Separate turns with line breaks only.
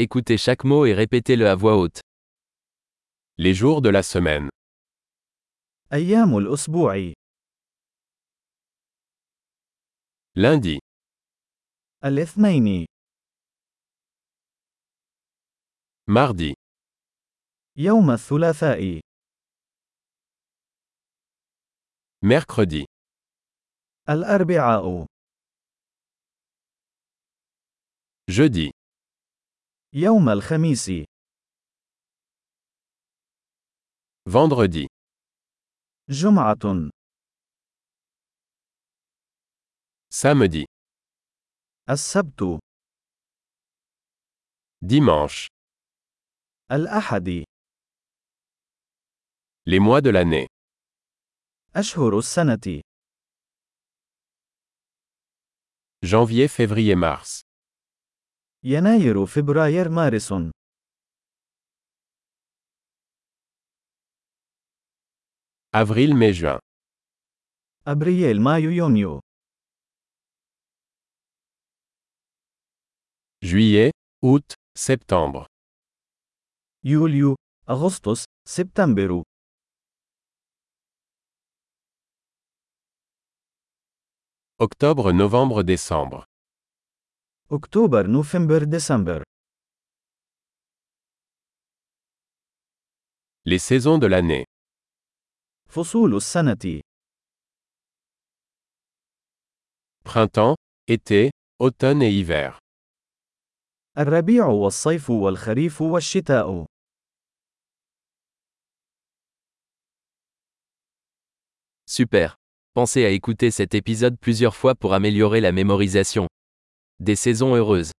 Écoutez chaque mot et répétez-le à voix haute.
Les jours de la semaine.
أيام الأسبوع:
Lundi,
الاثنين،
mardi,
يوم الثلاثاء،
mercredi,
الأربعاء،
jeudi,
يوم الخميس،
vendredi,
جمعة،
samedi,
السبت،
dimanche.
الأحد،
Les mois de l'année.
أشهر السنة:
Janvier, février, mars.
يناير، فبراير، مارس،
Avril, mai, juin.
أبريل، مايو، يونيو،
Juillet, août, septembre.
يوليو، أغسطس، سبتمبر،
Octobre, novembre, décembre.
أكتوبر، نوفمبر، ديسمبر.
Les saisons de l'année.
فصول السنة:
Printemps, été, automne et hiver.
الربيع والصيف والخريف والشتاء.
Super. Pensez à écouter cet épisode plusieurs fois pour améliorer la mémorisation. Des saisons heureuses.